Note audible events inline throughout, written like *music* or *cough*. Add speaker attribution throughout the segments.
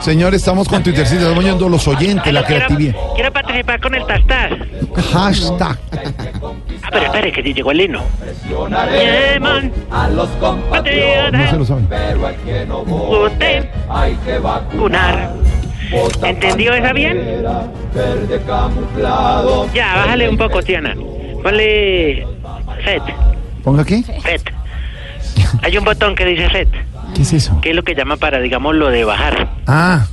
Speaker 1: Señor, estamos con Twittercito, estamos yendo los oyentes, la
Speaker 2: quiero,
Speaker 1: creatividad.
Speaker 2: quiero participar con el tastar.
Speaker 1: Hashtag.
Speaker 2: Ah, pero espere, que llegó el himno. Yemen,
Speaker 1: No se lo
Speaker 2: patriota,
Speaker 1: saben.
Speaker 2: usted, vacunar. ¿Entendió esa bien? Ya, bájale un poco, Tiana. Ponle set,
Speaker 1: Ponga aquí.
Speaker 2: set. Hay un botón que dice set,
Speaker 1: ¿Qué es eso?
Speaker 2: que es lo que llama para, digamos, lo de bajar.
Speaker 1: Ah,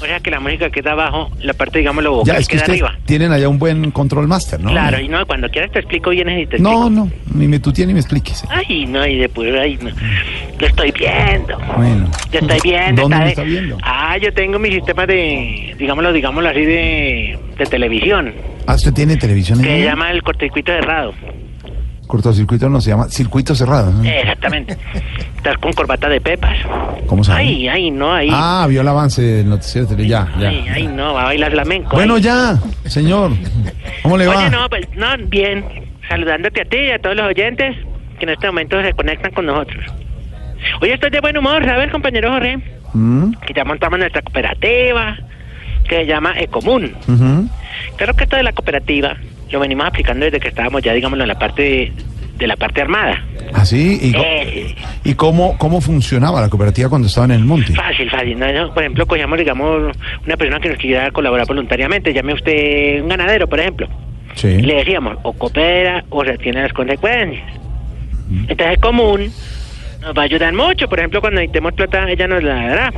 Speaker 2: O sea que la música queda abajo, la parte, digamos, lo
Speaker 1: ya
Speaker 2: vocal
Speaker 1: es que
Speaker 2: queda
Speaker 1: ustedes
Speaker 2: arriba.
Speaker 1: tienen allá un buen control master, ¿no?
Speaker 2: Claro, y no, cuando quieras te explico bien y te explico.
Speaker 1: No, no, ni me tutía ni me expliques. eh.
Speaker 2: Ay, no, y después, ay, no. Lo estoy viendo.
Speaker 1: Bueno.
Speaker 2: Yo estoy viendo.
Speaker 1: ¿Dónde
Speaker 2: está
Speaker 1: me
Speaker 2: de-
Speaker 1: está viendo?
Speaker 2: Ah, yo tengo mi sistema de, digámoslo, digámoslo así, de, de televisión,
Speaker 1: Ah, usted tiene televisión
Speaker 2: que se
Speaker 1: en
Speaker 2: llama el cortocircuito cerrado.
Speaker 1: Cortocircuito no se llama, circuito cerrado. ¿no?
Speaker 2: Eh, Exactamente. Estás con corbata de pepas.
Speaker 1: ¿Cómo sabe?
Speaker 2: Ay, ay, no, ahí.
Speaker 1: Pues Ah, vio el avance del noticiero de tele, ya, ya.
Speaker 2: Ay, ay, no, va a bailar flamenco.
Speaker 1: Bueno,
Speaker 2: ay.
Speaker 1: ya, señor. ¿Cómo le
Speaker 2: Oye,
Speaker 1: va?
Speaker 2: no, pues, no, bien. Saludándote a ti y a todos los oyentes que en este momento se conectan con nosotros. Hoy estoy de buen humor, ¿sabes, compañero Jorge?
Speaker 1: Mm,
Speaker 2: que ya montamos nuestra cooperativa, que se llama Ecomún.
Speaker 1: ujú.
Speaker 2: Creo que esto de la cooperativa lo venimos aplicando desde que estábamos ya, digámoslo, en la parte de, de la parte armada.
Speaker 1: Así, ¿Ah, y, co-
Speaker 2: Eh,
Speaker 1: y cómo, cómo funcionaba la cooperativa cuando estaban en el monte.
Speaker 2: fácil, fácil. ¿no? Yo, Por ejemplo, cogíamos, digamos, una persona que nos quiera colaborar voluntariamente, llame usted un ganadero, por ejemplo.
Speaker 1: Sí.
Speaker 2: Y le decíamos, o coopera o se tiene las consecuencias.
Speaker 1: Mm.
Speaker 2: Entonces, común nos va a ayudar mucho. Por ejemplo, cuando necesitemos plata, ella nos la dará.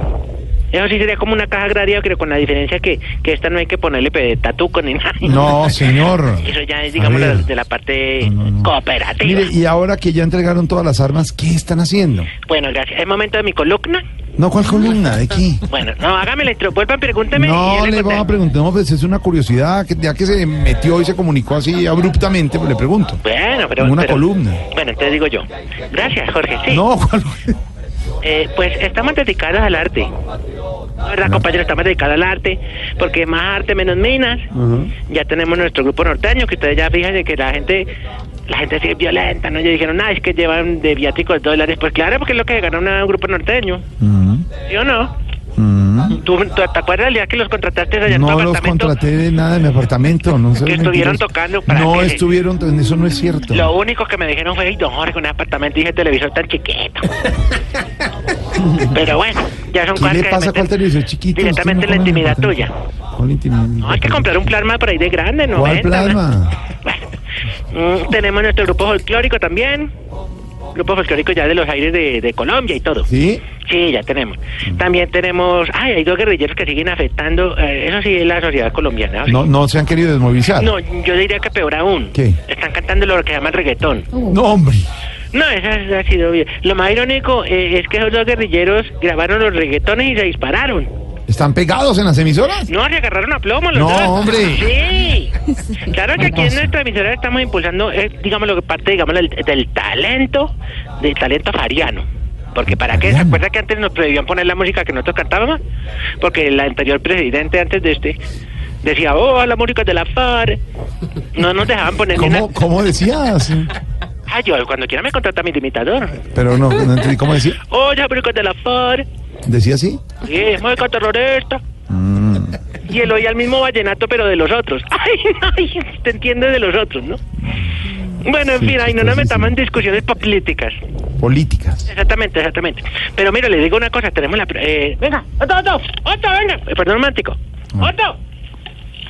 Speaker 2: Eso sí sería como una caja agraria, pero con la diferencia que, que esta no hay que ponerle pe- tatuco ni nada.
Speaker 1: No, señor.
Speaker 2: Eso ya es,
Speaker 1: A
Speaker 2: digamos,
Speaker 1: ver.
Speaker 2: la- de la parte
Speaker 1: No, no, no.
Speaker 2: cooperativa.
Speaker 1: Mire, y ahora que ya entregaron todas las armas, ¿qué están haciendo?
Speaker 2: Bueno, gracias. ¿Es momento de mi columna?
Speaker 1: No, ¿cuál columna? ¿De qué?
Speaker 2: Bueno, no, hágame la intro. Vuelvan, pregúnteme. y yo
Speaker 1: No, le vamos a
Speaker 2: contesto.
Speaker 1: preguntar, no, pues es una curiosidad, que ya que se metió y se comunicó así abruptamente, pues le pregunto.
Speaker 2: Bueno, pero...
Speaker 1: Como una
Speaker 2: pero-
Speaker 1: columna.
Speaker 2: Bueno, entonces digo yo. Gracias, Jorge. Sí.
Speaker 1: No, ¿cuál?
Speaker 2: Eh, pues estamos dedicados al arte. La verdad, compañero, estamos dedicados al arte, porque más arte, menos minas.
Speaker 1: Ujú.
Speaker 2: Ya tenemos nuestro grupo norteño, que ustedes ya fíjense que la gente, la gente sí es violenta, ¿no? Ya dijeron, ah, es que llevan de viáticos dólares. Pues claro, porque es lo que gana una- un grupo norteño,
Speaker 1: Mm,
Speaker 2: ¿sí o no?
Speaker 1: mm.
Speaker 2: ¿Tú, tú- te acuerdas el día que los contrataste allá en tu
Speaker 1: No los
Speaker 2: apartamento?
Speaker 1: contraté de nada en mi apartamento. No sé,
Speaker 2: Que estuvieron tocando para
Speaker 1: No
Speaker 2: que-
Speaker 1: estuvieron, pues, eso no es cierto.
Speaker 2: Lo único que me dijeron fue, "Ay, don Jorge, un apartamento y ese televisor tan
Speaker 1: *laughs*
Speaker 2: chiquito. Pero bueno, ya son
Speaker 1: ¿Qué
Speaker 2: cosas
Speaker 1: le
Speaker 2: que
Speaker 1: pasa
Speaker 2: meten
Speaker 1: cuál televisor chiquito?
Speaker 2: Directamente en la
Speaker 1: Usted no come
Speaker 2: intimidad tuya.
Speaker 1: apartamento. ¿Cuál intimidad?
Speaker 2: No, hay que comprar un ¿eh? plasma por ahí de grande, ¿no?
Speaker 1: ¿Cuál plasma?
Speaker 2: Bueno, mm, tenemos nuestro grupo folclórico también. Grupo folclórico ya de los aires de, de Colombia y todo.
Speaker 1: ¿Sí? Mm.
Speaker 2: Sí, ya tenemos. También tenemos. Ay, hay dos guerrilleros que siguen afectando. eh, eso sí, es la sociedad colombiana. o sea.
Speaker 1: No, no se han querido desmovilizar.
Speaker 2: No, yo diría que peor aún.
Speaker 1: ¿Qué?
Speaker 2: Están cantando lo que llaman reggaetón.
Speaker 1: No, hombre.
Speaker 2: No, eso ha ha sido bien. Lo más irónico eh, es que esos dos guerrilleros grabaron los reggaetones y se dispararon.
Speaker 1: ¿Están pegados en las emisoras?
Speaker 2: No, se agarraron a plomo los
Speaker 1: No,
Speaker 2: dos.
Speaker 1: hombre.
Speaker 2: Sí. Claro que aquí en nuestra emisora estamos impulsando, eh, digamos, lo que parte, digamos, del, del talento, del talento fariano. Porque para qué, ¿se
Speaker 1: Fariano.
Speaker 2: acuerda que antes nos prohibían poner la música que nosotros cantábamos? Porque el anterior presidente, antes de este, decía, oh, la música de la FAR. No nos dejaban poner ni
Speaker 1: ¿Cómo,
Speaker 2: una-
Speaker 1: cómo decías?
Speaker 2: Ah, yo, cuando quiera me contrata mi imitador.
Speaker 1: Pero no, no entendí. ¿Cómo decía?
Speaker 2: Oh, la música de la FAR.
Speaker 1: ¿Decía así?
Speaker 2: Sí, es música terrorista.
Speaker 1: Mm,
Speaker 2: Y el oía el mismo vallenato, pero de los otros. *laughs* Ay, ay, te entiendes de los otros, ¿no? Bueno, en
Speaker 1: Sí,
Speaker 2: fin, ay, no nos
Speaker 1: chistosísimo.
Speaker 2: metamos en discusiones políticas.
Speaker 1: políticas.
Speaker 2: Exactamente, exactamente. Pero mira, le digo una cosa, tenemos la... pr- Eh, venga, Otto, Otto, Otto, venga. Eh, perdón, romántico.
Speaker 1: Ah.
Speaker 2: Otto.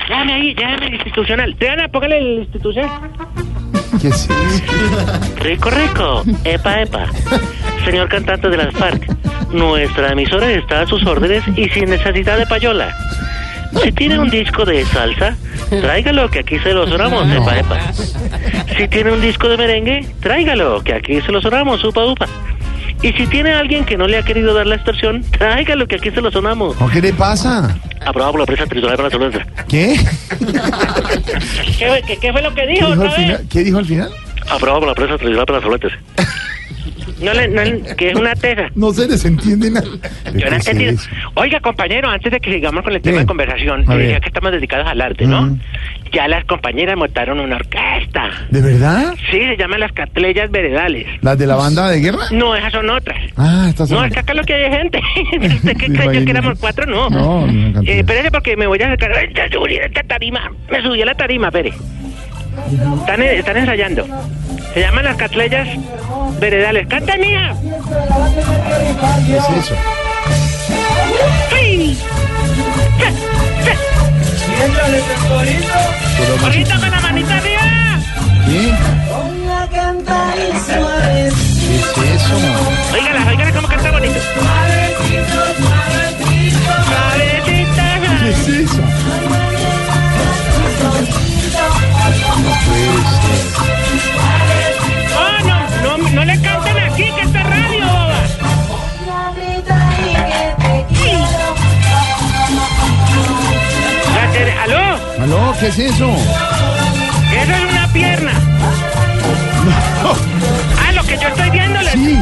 Speaker 2: Déjame ahí, déjame el institucional. Diana, póngale el institucional.
Speaker 1: ¿Qué es eso?
Speaker 2: Rico, *laughs* rico. Epa, epa. Señor cantante de las FARC, nuestra emisora está a sus órdenes y sin necesidad de payola. Si tiene un disco de salsa, tráigalo que aquí se lo sonamos, epa, epa. Si tiene un disco de merengue, tráigalo que aquí se lo sonamos, upa, upa. Y si tiene alguien que no le ha querido dar la extorsión, tráigalo que aquí se lo sonamos.
Speaker 1: ¿No, ¿Qué le pasa?
Speaker 2: Aprobado por la prensa tribunal para la solvencia.
Speaker 1: ¿Qué? *laughs*
Speaker 2: ¿Qué, qué, qué fue lo que
Speaker 1: ¿Qué
Speaker 2: dijo
Speaker 1: dijo al
Speaker 2: otra vez?
Speaker 1: final? ¿Qué dijo al final?
Speaker 2: Aprobado por la prensa tribunal para las solvencias. No le, no le- que es una tesa.
Speaker 1: No se les entiende nada.
Speaker 2: Yo no
Speaker 1: ¿Qué es
Speaker 2: entendí.
Speaker 1: eso?
Speaker 2: Oiga, compañero, antes de que sigamos con el
Speaker 1: Sí.
Speaker 2: tema de conversación,
Speaker 1: A
Speaker 2: eh,
Speaker 1: ver. Mm.
Speaker 2: ya que estamos dedicados al arte, ¿no?
Speaker 1: Ujú.
Speaker 2: ya las compañeras montaron una orquesta.
Speaker 1: ¿De verdad?
Speaker 2: Sí, se llaman las Catleyas Veredales.
Speaker 1: ¿Las de la banda de guerra?
Speaker 2: No, esas son otras.
Speaker 1: Ah, estas
Speaker 2: No,
Speaker 1: son-
Speaker 2: es que acá lo que hay es gente. *laughs* ¿Usted
Speaker 1: *laughs*
Speaker 2: qué
Speaker 1: Me
Speaker 2: creyó
Speaker 1: imagino.
Speaker 2: que éramos cuatro? No.
Speaker 1: No, ni una cantidad.
Speaker 2: Eh, espérese porque me voy a sacar. ¡Ay, ya subí a esta tarima! Me subí a la tarima, espere. Están, están ensayando. Se llaman las Catleyas Veredales. ¡Canta mía!
Speaker 1: ¿Qué es eso?
Speaker 2: ¡Sí! ¡Sí! ¡Sí!
Speaker 1: Pero más-
Speaker 2: ¡Ojito con la manita arriba!
Speaker 1: ¿Qué?
Speaker 3: Ponla a cantar y suave,
Speaker 1: ¿Qué es eso?
Speaker 2: Óigala, óigala cómo canta bonito.
Speaker 3: suavecito, suavecito,
Speaker 2: Suavecita.
Speaker 1: ¿Qué es eso?
Speaker 2: ¡Oh, no! ¡No, no le canten aquí, que esta es radio, boba!
Speaker 3: la grita y que te quiero.
Speaker 2: La tele- ¡Aló!
Speaker 1: ¿Aló? ¿Qué es eso?
Speaker 2: ¡Eso es una pierna! ¡Ah, lo que yo estoy viendo! Los,
Speaker 1: Sí.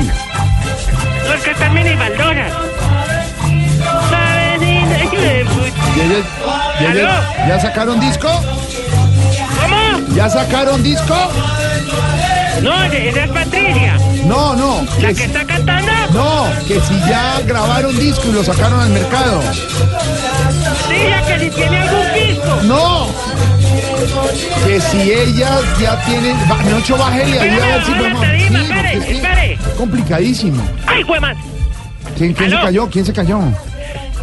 Speaker 2: los que están mini baldoras. Suavecita, hijo de pu-
Speaker 1: ¿Y ellos- y ellos-
Speaker 2: ¿Aló?
Speaker 1: ¿Ya sacaron disco?
Speaker 2: ¿Cómo?
Speaker 1: ¿Ya sacaron disco?
Speaker 2: No, esa esa es Patricia.
Speaker 1: No, no.
Speaker 2: La
Speaker 1: que
Speaker 2: que
Speaker 1: si-
Speaker 2: está cantando.
Speaker 1: No, que si ya grabaron disco y lo sacaron al mercado.
Speaker 2: Diga que si tiene algún disco.
Speaker 1: No. Que si ellas ya tienen... Va, Nocho, bájele ahí a ver si
Speaker 2: Espérame,
Speaker 1: podemos-
Speaker 2: bájate,
Speaker 1: Sí,
Speaker 2: dime,
Speaker 1: porque
Speaker 2: espere,
Speaker 1: es que
Speaker 2: espere.
Speaker 1: es Complicadísimo.
Speaker 2: ¡Ay, más!
Speaker 1: ¿Quién, quién se
Speaker 2: ¿Aló?
Speaker 1: cayó? ¿Quién se cayó?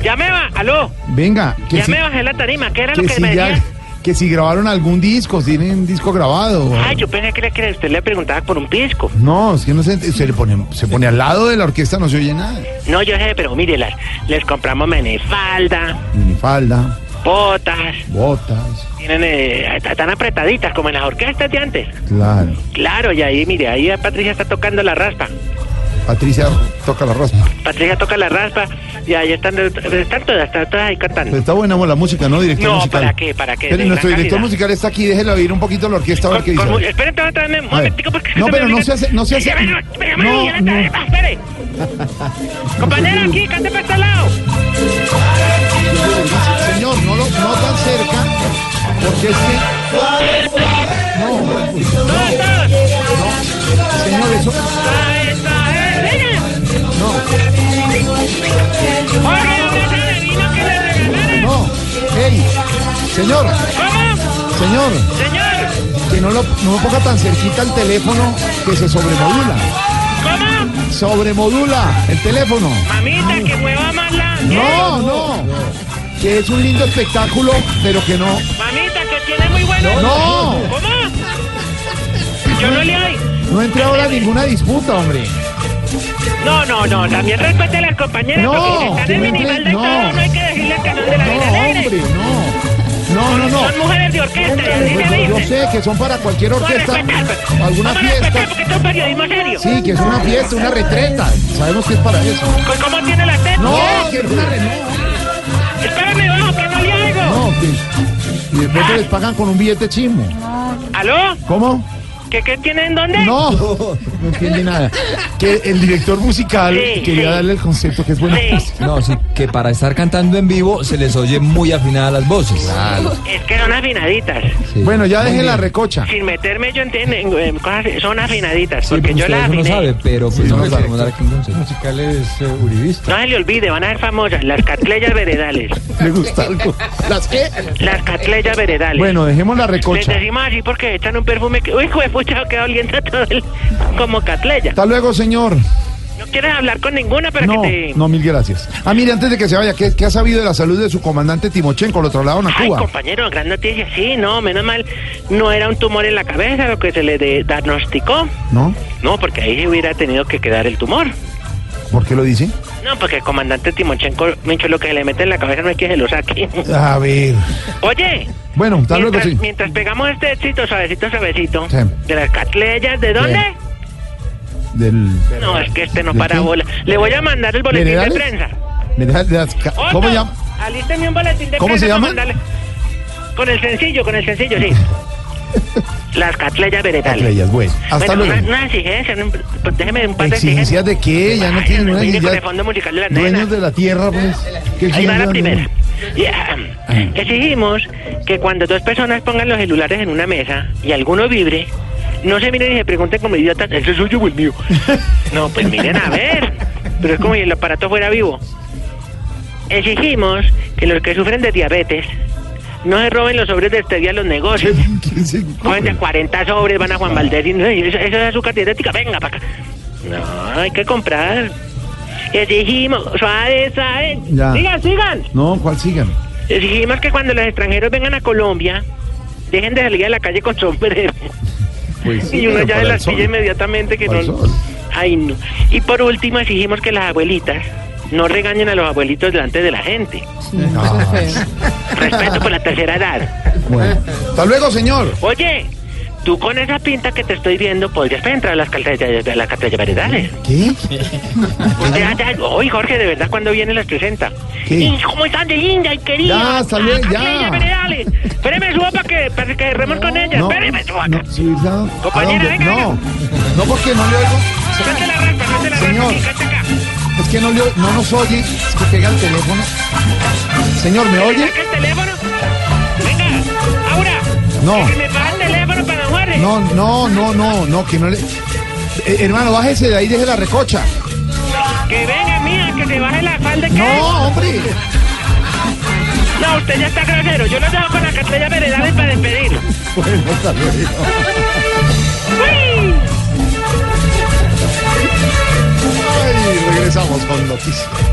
Speaker 2: Ya me va, aló.
Speaker 1: Venga, que
Speaker 2: Ya
Speaker 1: si,
Speaker 2: me bajé la tarima, ¿qué era lo
Speaker 1: que
Speaker 2: que
Speaker 1: si
Speaker 2: me
Speaker 1: ya...
Speaker 2: decían?
Speaker 1: Que si grabaron algún disco, si tienen disco grabado.
Speaker 2: Ay, yo pensé que, le- que usted le preguntaba por un disco.
Speaker 1: No, es que no se, se le pone, se pone al lado de la orquesta, no se oye nada.
Speaker 2: No, yo sé, pero mire, las, les compramos menefalda,
Speaker 1: Minifalda,
Speaker 2: botas,
Speaker 1: botas,
Speaker 2: tienen, eh, están apretaditas como en las orquestas de antes.
Speaker 1: claro.
Speaker 2: Claro, y ahí, mire, ahí Patricia está tocando la raspa.
Speaker 1: Patricia toca la raspa.
Speaker 2: Patricia toca la raspa y ahí están, están todas, están todas ahí
Speaker 1: Pero
Speaker 2: cantando.
Speaker 1: está buena la música, ¿no? Director
Speaker 2: No,
Speaker 1: musical.
Speaker 2: ¿para qué? ¿Para qué?
Speaker 1: Pero
Speaker 2: De
Speaker 1: nuestro
Speaker 2: gran
Speaker 1: director
Speaker 2: calidad.
Speaker 1: musical está aquí, déjelo oír un poquito la orquesta a ver qué
Speaker 2: Con- con-
Speaker 1: dice.
Speaker 2: Espérate, ahora también, un
Speaker 1: A ver.
Speaker 2: momentico, porque es que
Speaker 1: No,
Speaker 2: se
Speaker 1: pero
Speaker 2: me
Speaker 1: no
Speaker 2: olvidó.
Speaker 1: se hace- no se hace-
Speaker 2: Ya me- ya me- ya me-
Speaker 1: No,
Speaker 2: ya
Speaker 1: no.
Speaker 2: me- espere. Compañero, aquí, cante para este lado.
Speaker 1: Señor, no, lo, no tan cerca, porque es que. No,
Speaker 2: Todos, todos.
Speaker 1: señor, eso.
Speaker 2: Ahí está, eh, venga.
Speaker 1: No,
Speaker 2: Jorge, una caja de vino que le regalaron.
Speaker 1: no. ¡Ey! Señor,
Speaker 2: ¿Cómo?
Speaker 1: señor,
Speaker 2: Señor,
Speaker 1: que no lo, no lo ponga tan cerquita el teléfono que se sobremodula.
Speaker 2: ¿cómo?
Speaker 1: Sobremodula el teléfono.
Speaker 2: Mamita, que mueva más la...
Speaker 1: No, no. Que es un lindo espectáculo, pero que no.
Speaker 2: Mamita, que tiene muy buenos...
Speaker 1: No.
Speaker 2: ¿Cómo? Yo no le oí.
Speaker 1: No entre ahora en ninguna disputa, hombre.
Speaker 2: No, no, no, también respete a las compañeras
Speaker 1: No,
Speaker 2: porque
Speaker 1: que
Speaker 2: si están
Speaker 1: no
Speaker 2: en minimalda y
Speaker 1: entre-
Speaker 2: todo,
Speaker 1: no.
Speaker 2: no hay que decirle al canal de la
Speaker 1: No,
Speaker 2: vida al aire.
Speaker 1: hombre, no. No, no, no.
Speaker 2: Son mujeres de orquesta, y así se
Speaker 1: Yo- Yo
Speaker 2: dicen.
Speaker 1: sé que son para cualquier
Speaker 2: Vamos a
Speaker 1: orquesta,
Speaker 2: respetar, pues.
Speaker 1: alguna
Speaker 2: Vamos a respetar
Speaker 1: fiesta.
Speaker 2: porque esto es un periodismo serio.
Speaker 1: Sí, que es una fiesta, una retreta. Sabemos que es para eso.
Speaker 2: Pues, ¿Cómo tiene la teta?
Speaker 1: No, que es una re-
Speaker 2: Espérame, bajo, que no le oigo.
Speaker 1: No, que- Y después se les pagan con un billete chimo.
Speaker 2: ¿Aló?
Speaker 1: ¿Cómo?
Speaker 2: ¿Qué, qué tienen dónde?
Speaker 1: No, no entiende nada. Que el director musical
Speaker 2: Sí,
Speaker 1: quería
Speaker 2: sí.
Speaker 1: darle el concepto que es bueno.
Speaker 2: Sí.
Speaker 4: No, sí, que para estar cantando en vivo se les oye muy afinadas las voces.
Speaker 2: Es que son afinaditas.
Speaker 4: Sí.
Speaker 1: Bueno, ya
Speaker 4: Muy
Speaker 1: deje la
Speaker 4: bien.
Speaker 1: recorcha.
Speaker 2: Sin meterme yo en, en- en cosas, son afinaditas,
Speaker 4: Sí,
Speaker 2: porque
Speaker 4: pues
Speaker 2: yo
Speaker 4: usted
Speaker 2: las
Speaker 4: eso no
Speaker 2: afiné.
Speaker 4: sabe, pero pues
Speaker 1: Sí,
Speaker 4: no
Speaker 1: no
Speaker 4: les
Speaker 1: sabe.
Speaker 4: podemos dar aquí un consejo.
Speaker 5: musicales eh, uribistas.
Speaker 2: No se le olvide, van a ser famosas, las catleyas veredales.
Speaker 1: Le gusta algo. ¿Las qué?
Speaker 2: Las catleyas veredales.
Speaker 1: Bueno, dejemos la
Speaker 2: Les
Speaker 1: recocha.
Speaker 2: decimos así porque echan un perfume que... Uy, juez, pucha, queda oliendo todo el... Como catleya.
Speaker 1: Hasta luego, señor.
Speaker 2: No quieres hablar con ninguna para
Speaker 1: No,
Speaker 2: que te...
Speaker 1: no, mil gracias. Ah, mire, antes de que se vaya, ¿qué, qué ha sabido de la salud de su comandante Timochenko? Lo trasladaron a
Speaker 2: Ay,
Speaker 1: Cuba.
Speaker 2: compañero, gran noticia. Sí, no, menos mal. No era un tumor en la cabeza lo que se le de- diagnosticó.
Speaker 1: ¿No?
Speaker 2: No, porque ahí hubiera tenido que quedar el tumor.
Speaker 1: ¿Por qué lo dice?
Speaker 2: No, porque el comandante Timochenko, Mincho, lo que se le mete en la cabeza no es que se lo saque. *laughs*
Speaker 1: A ver.
Speaker 2: Oye,
Speaker 1: Bueno, hasta luego,
Speaker 2: mientras,
Speaker 1: sí.
Speaker 2: mientras pegamos este éxito suavecito, suavecito,
Speaker 1: Sí.
Speaker 2: de las catleyas, ¿de dónde?
Speaker 1: Del...
Speaker 2: No, es que este no
Speaker 1: ¿De
Speaker 2: para
Speaker 1: qué?
Speaker 2: bola. Le voy a mandar el boletín de
Speaker 1: ¿Veredales?
Speaker 2: prensa.
Speaker 1: Me deja- de las ca-
Speaker 2: Otto,
Speaker 1: ¿Cómo llama?
Speaker 2: Alísteme un boletín de
Speaker 1: ¿Cómo
Speaker 2: prensa
Speaker 1: se
Speaker 2: para
Speaker 1: llama?
Speaker 2: mandarle. Con el sencillo, con el sencillo,
Speaker 1: *laughs*
Speaker 2: sí. las catleyas veredales.
Speaker 1: Catleyas, bueno. Hasta
Speaker 2: bueno, pues,
Speaker 1: luego.
Speaker 2: una, una exigencia, un- pues déjeme un par de
Speaker 1: ¿Exigencias
Speaker 2: exigencias.
Speaker 1: de qué? Ya no
Speaker 2: Ay,
Speaker 1: tienen una
Speaker 2: mire, con
Speaker 1: ya-
Speaker 2: el fondo musical de la
Speaker 1: Dueños
Speaker 2: nena.
Speaker 1: de la tierra, pues. ¿Qué
Speaker 2: Ahí va
Speaker 1: quieren? *laughs*
Speaker 2: la primera. Ya,
Speaker 1: Ah.
Speaker 2: Exigimos que cuando dos personas pongan los celulares en una mesa y alguno vibre, no se miren y se pregunten como idiotas, ¿ese es suyo o
Speaker 1: *laughs*
Speaker 2: el mío? No, pues miren a ver. Pero es como si el aparato fuera vivo. Exigimos que los que sufren de diabetes no se roben los sobres de stevia a los negocios.
Speaker 1: ¿Quién se-
Speaker 2: Cogen de 40 sobres, van a Juan Valdés y "Ay, eso, eso es azúcar dietética, venga para acá. No, hay que comprar. Exigimos, suave, suave.
Speaker 1: Ya.
Speaker 2: Sigan, sigan.
Speaker 1: No, ¿cuál sigan?
Speaker 2: Exigimos que cuando los extranjeros vengan a Colombia, dejen de salir a la calle con sombrero.
Speaker 1: Pues
Speaker 2: y uno
Speaker 1: pero
Speaker 2: ya
Speaker 1: para
Speaker 2: de
Speaker 1: el
Speaker 2: la
Speaker 1: sol.
Speaker 2: silla inmediatamente que
Speaker 1: Para
Speaker 2: no.
Speaker 1: el sol.
Speaker 2: Ay, no. Y por último, exigimos que las abuelitas no regañen a los abuelitos delante de la gente.
Speaker 1: Ah,
Speaker 2: Respeto por la tercera edad.
Speaker 1: bueno. Hasta luego, señor.
Speaker 2: Oye, tú con esa pinta que te estoy viendo podrías entrar a las carteras de las carteras de variedades.
Speaker 1: ¿Qué?
Speaker 2: Ya, ya. Oye, Jorge, de verdad, cuando vienen las 60?
Speaker 1: ¿Qué?
Speaker 2: ¿Y cómo están de linda y querida?
Speaker 1: Ya, hasta
Speaker 2: Ah,
Speaker 1: luego, ya.
Speaker 2: Cartella de Veredales. Espéreme, suba para que, para que remos con ella. Espéreme, suba acá.
Speaker 1: no, subir la- ¿a
Speaker 2: Compañera,
Speaker 1: dónde?
Speaker 2: venga,
Speaker 1: No, no porque no le oigo.
Speaker 2: Cántela la raspa, cántela la
Speaker 1: Señor.
Speaker 2: raspa, que canta acá.
Speaker 1: Es que no, le, oigo, no nos oye. Es que pega el teléfono. Señor, ¿me oye?
Speaker 2: ¿Saca el teléfono? Venga, Aura.
Speaker 1: No.
Speaker 2: Que me paga el teléfono para don Juárez.
Speaker 1: No, no, no, no, no, que no le. Eh, hermano, bájese de ahí, deje la recocha.
Speaker 2: Que venga, mía, que se baje la falda. que-
Speaker 1: No, hombre.
Speaker 2: No, usted ya está grosero. Yo lo dejo con la cartella veredales para despedir.
Speaker 1: Bueno, hasta luego.
Speaker 2: ¡Uy!
Speaker 1: Ay, regresamos con noticias.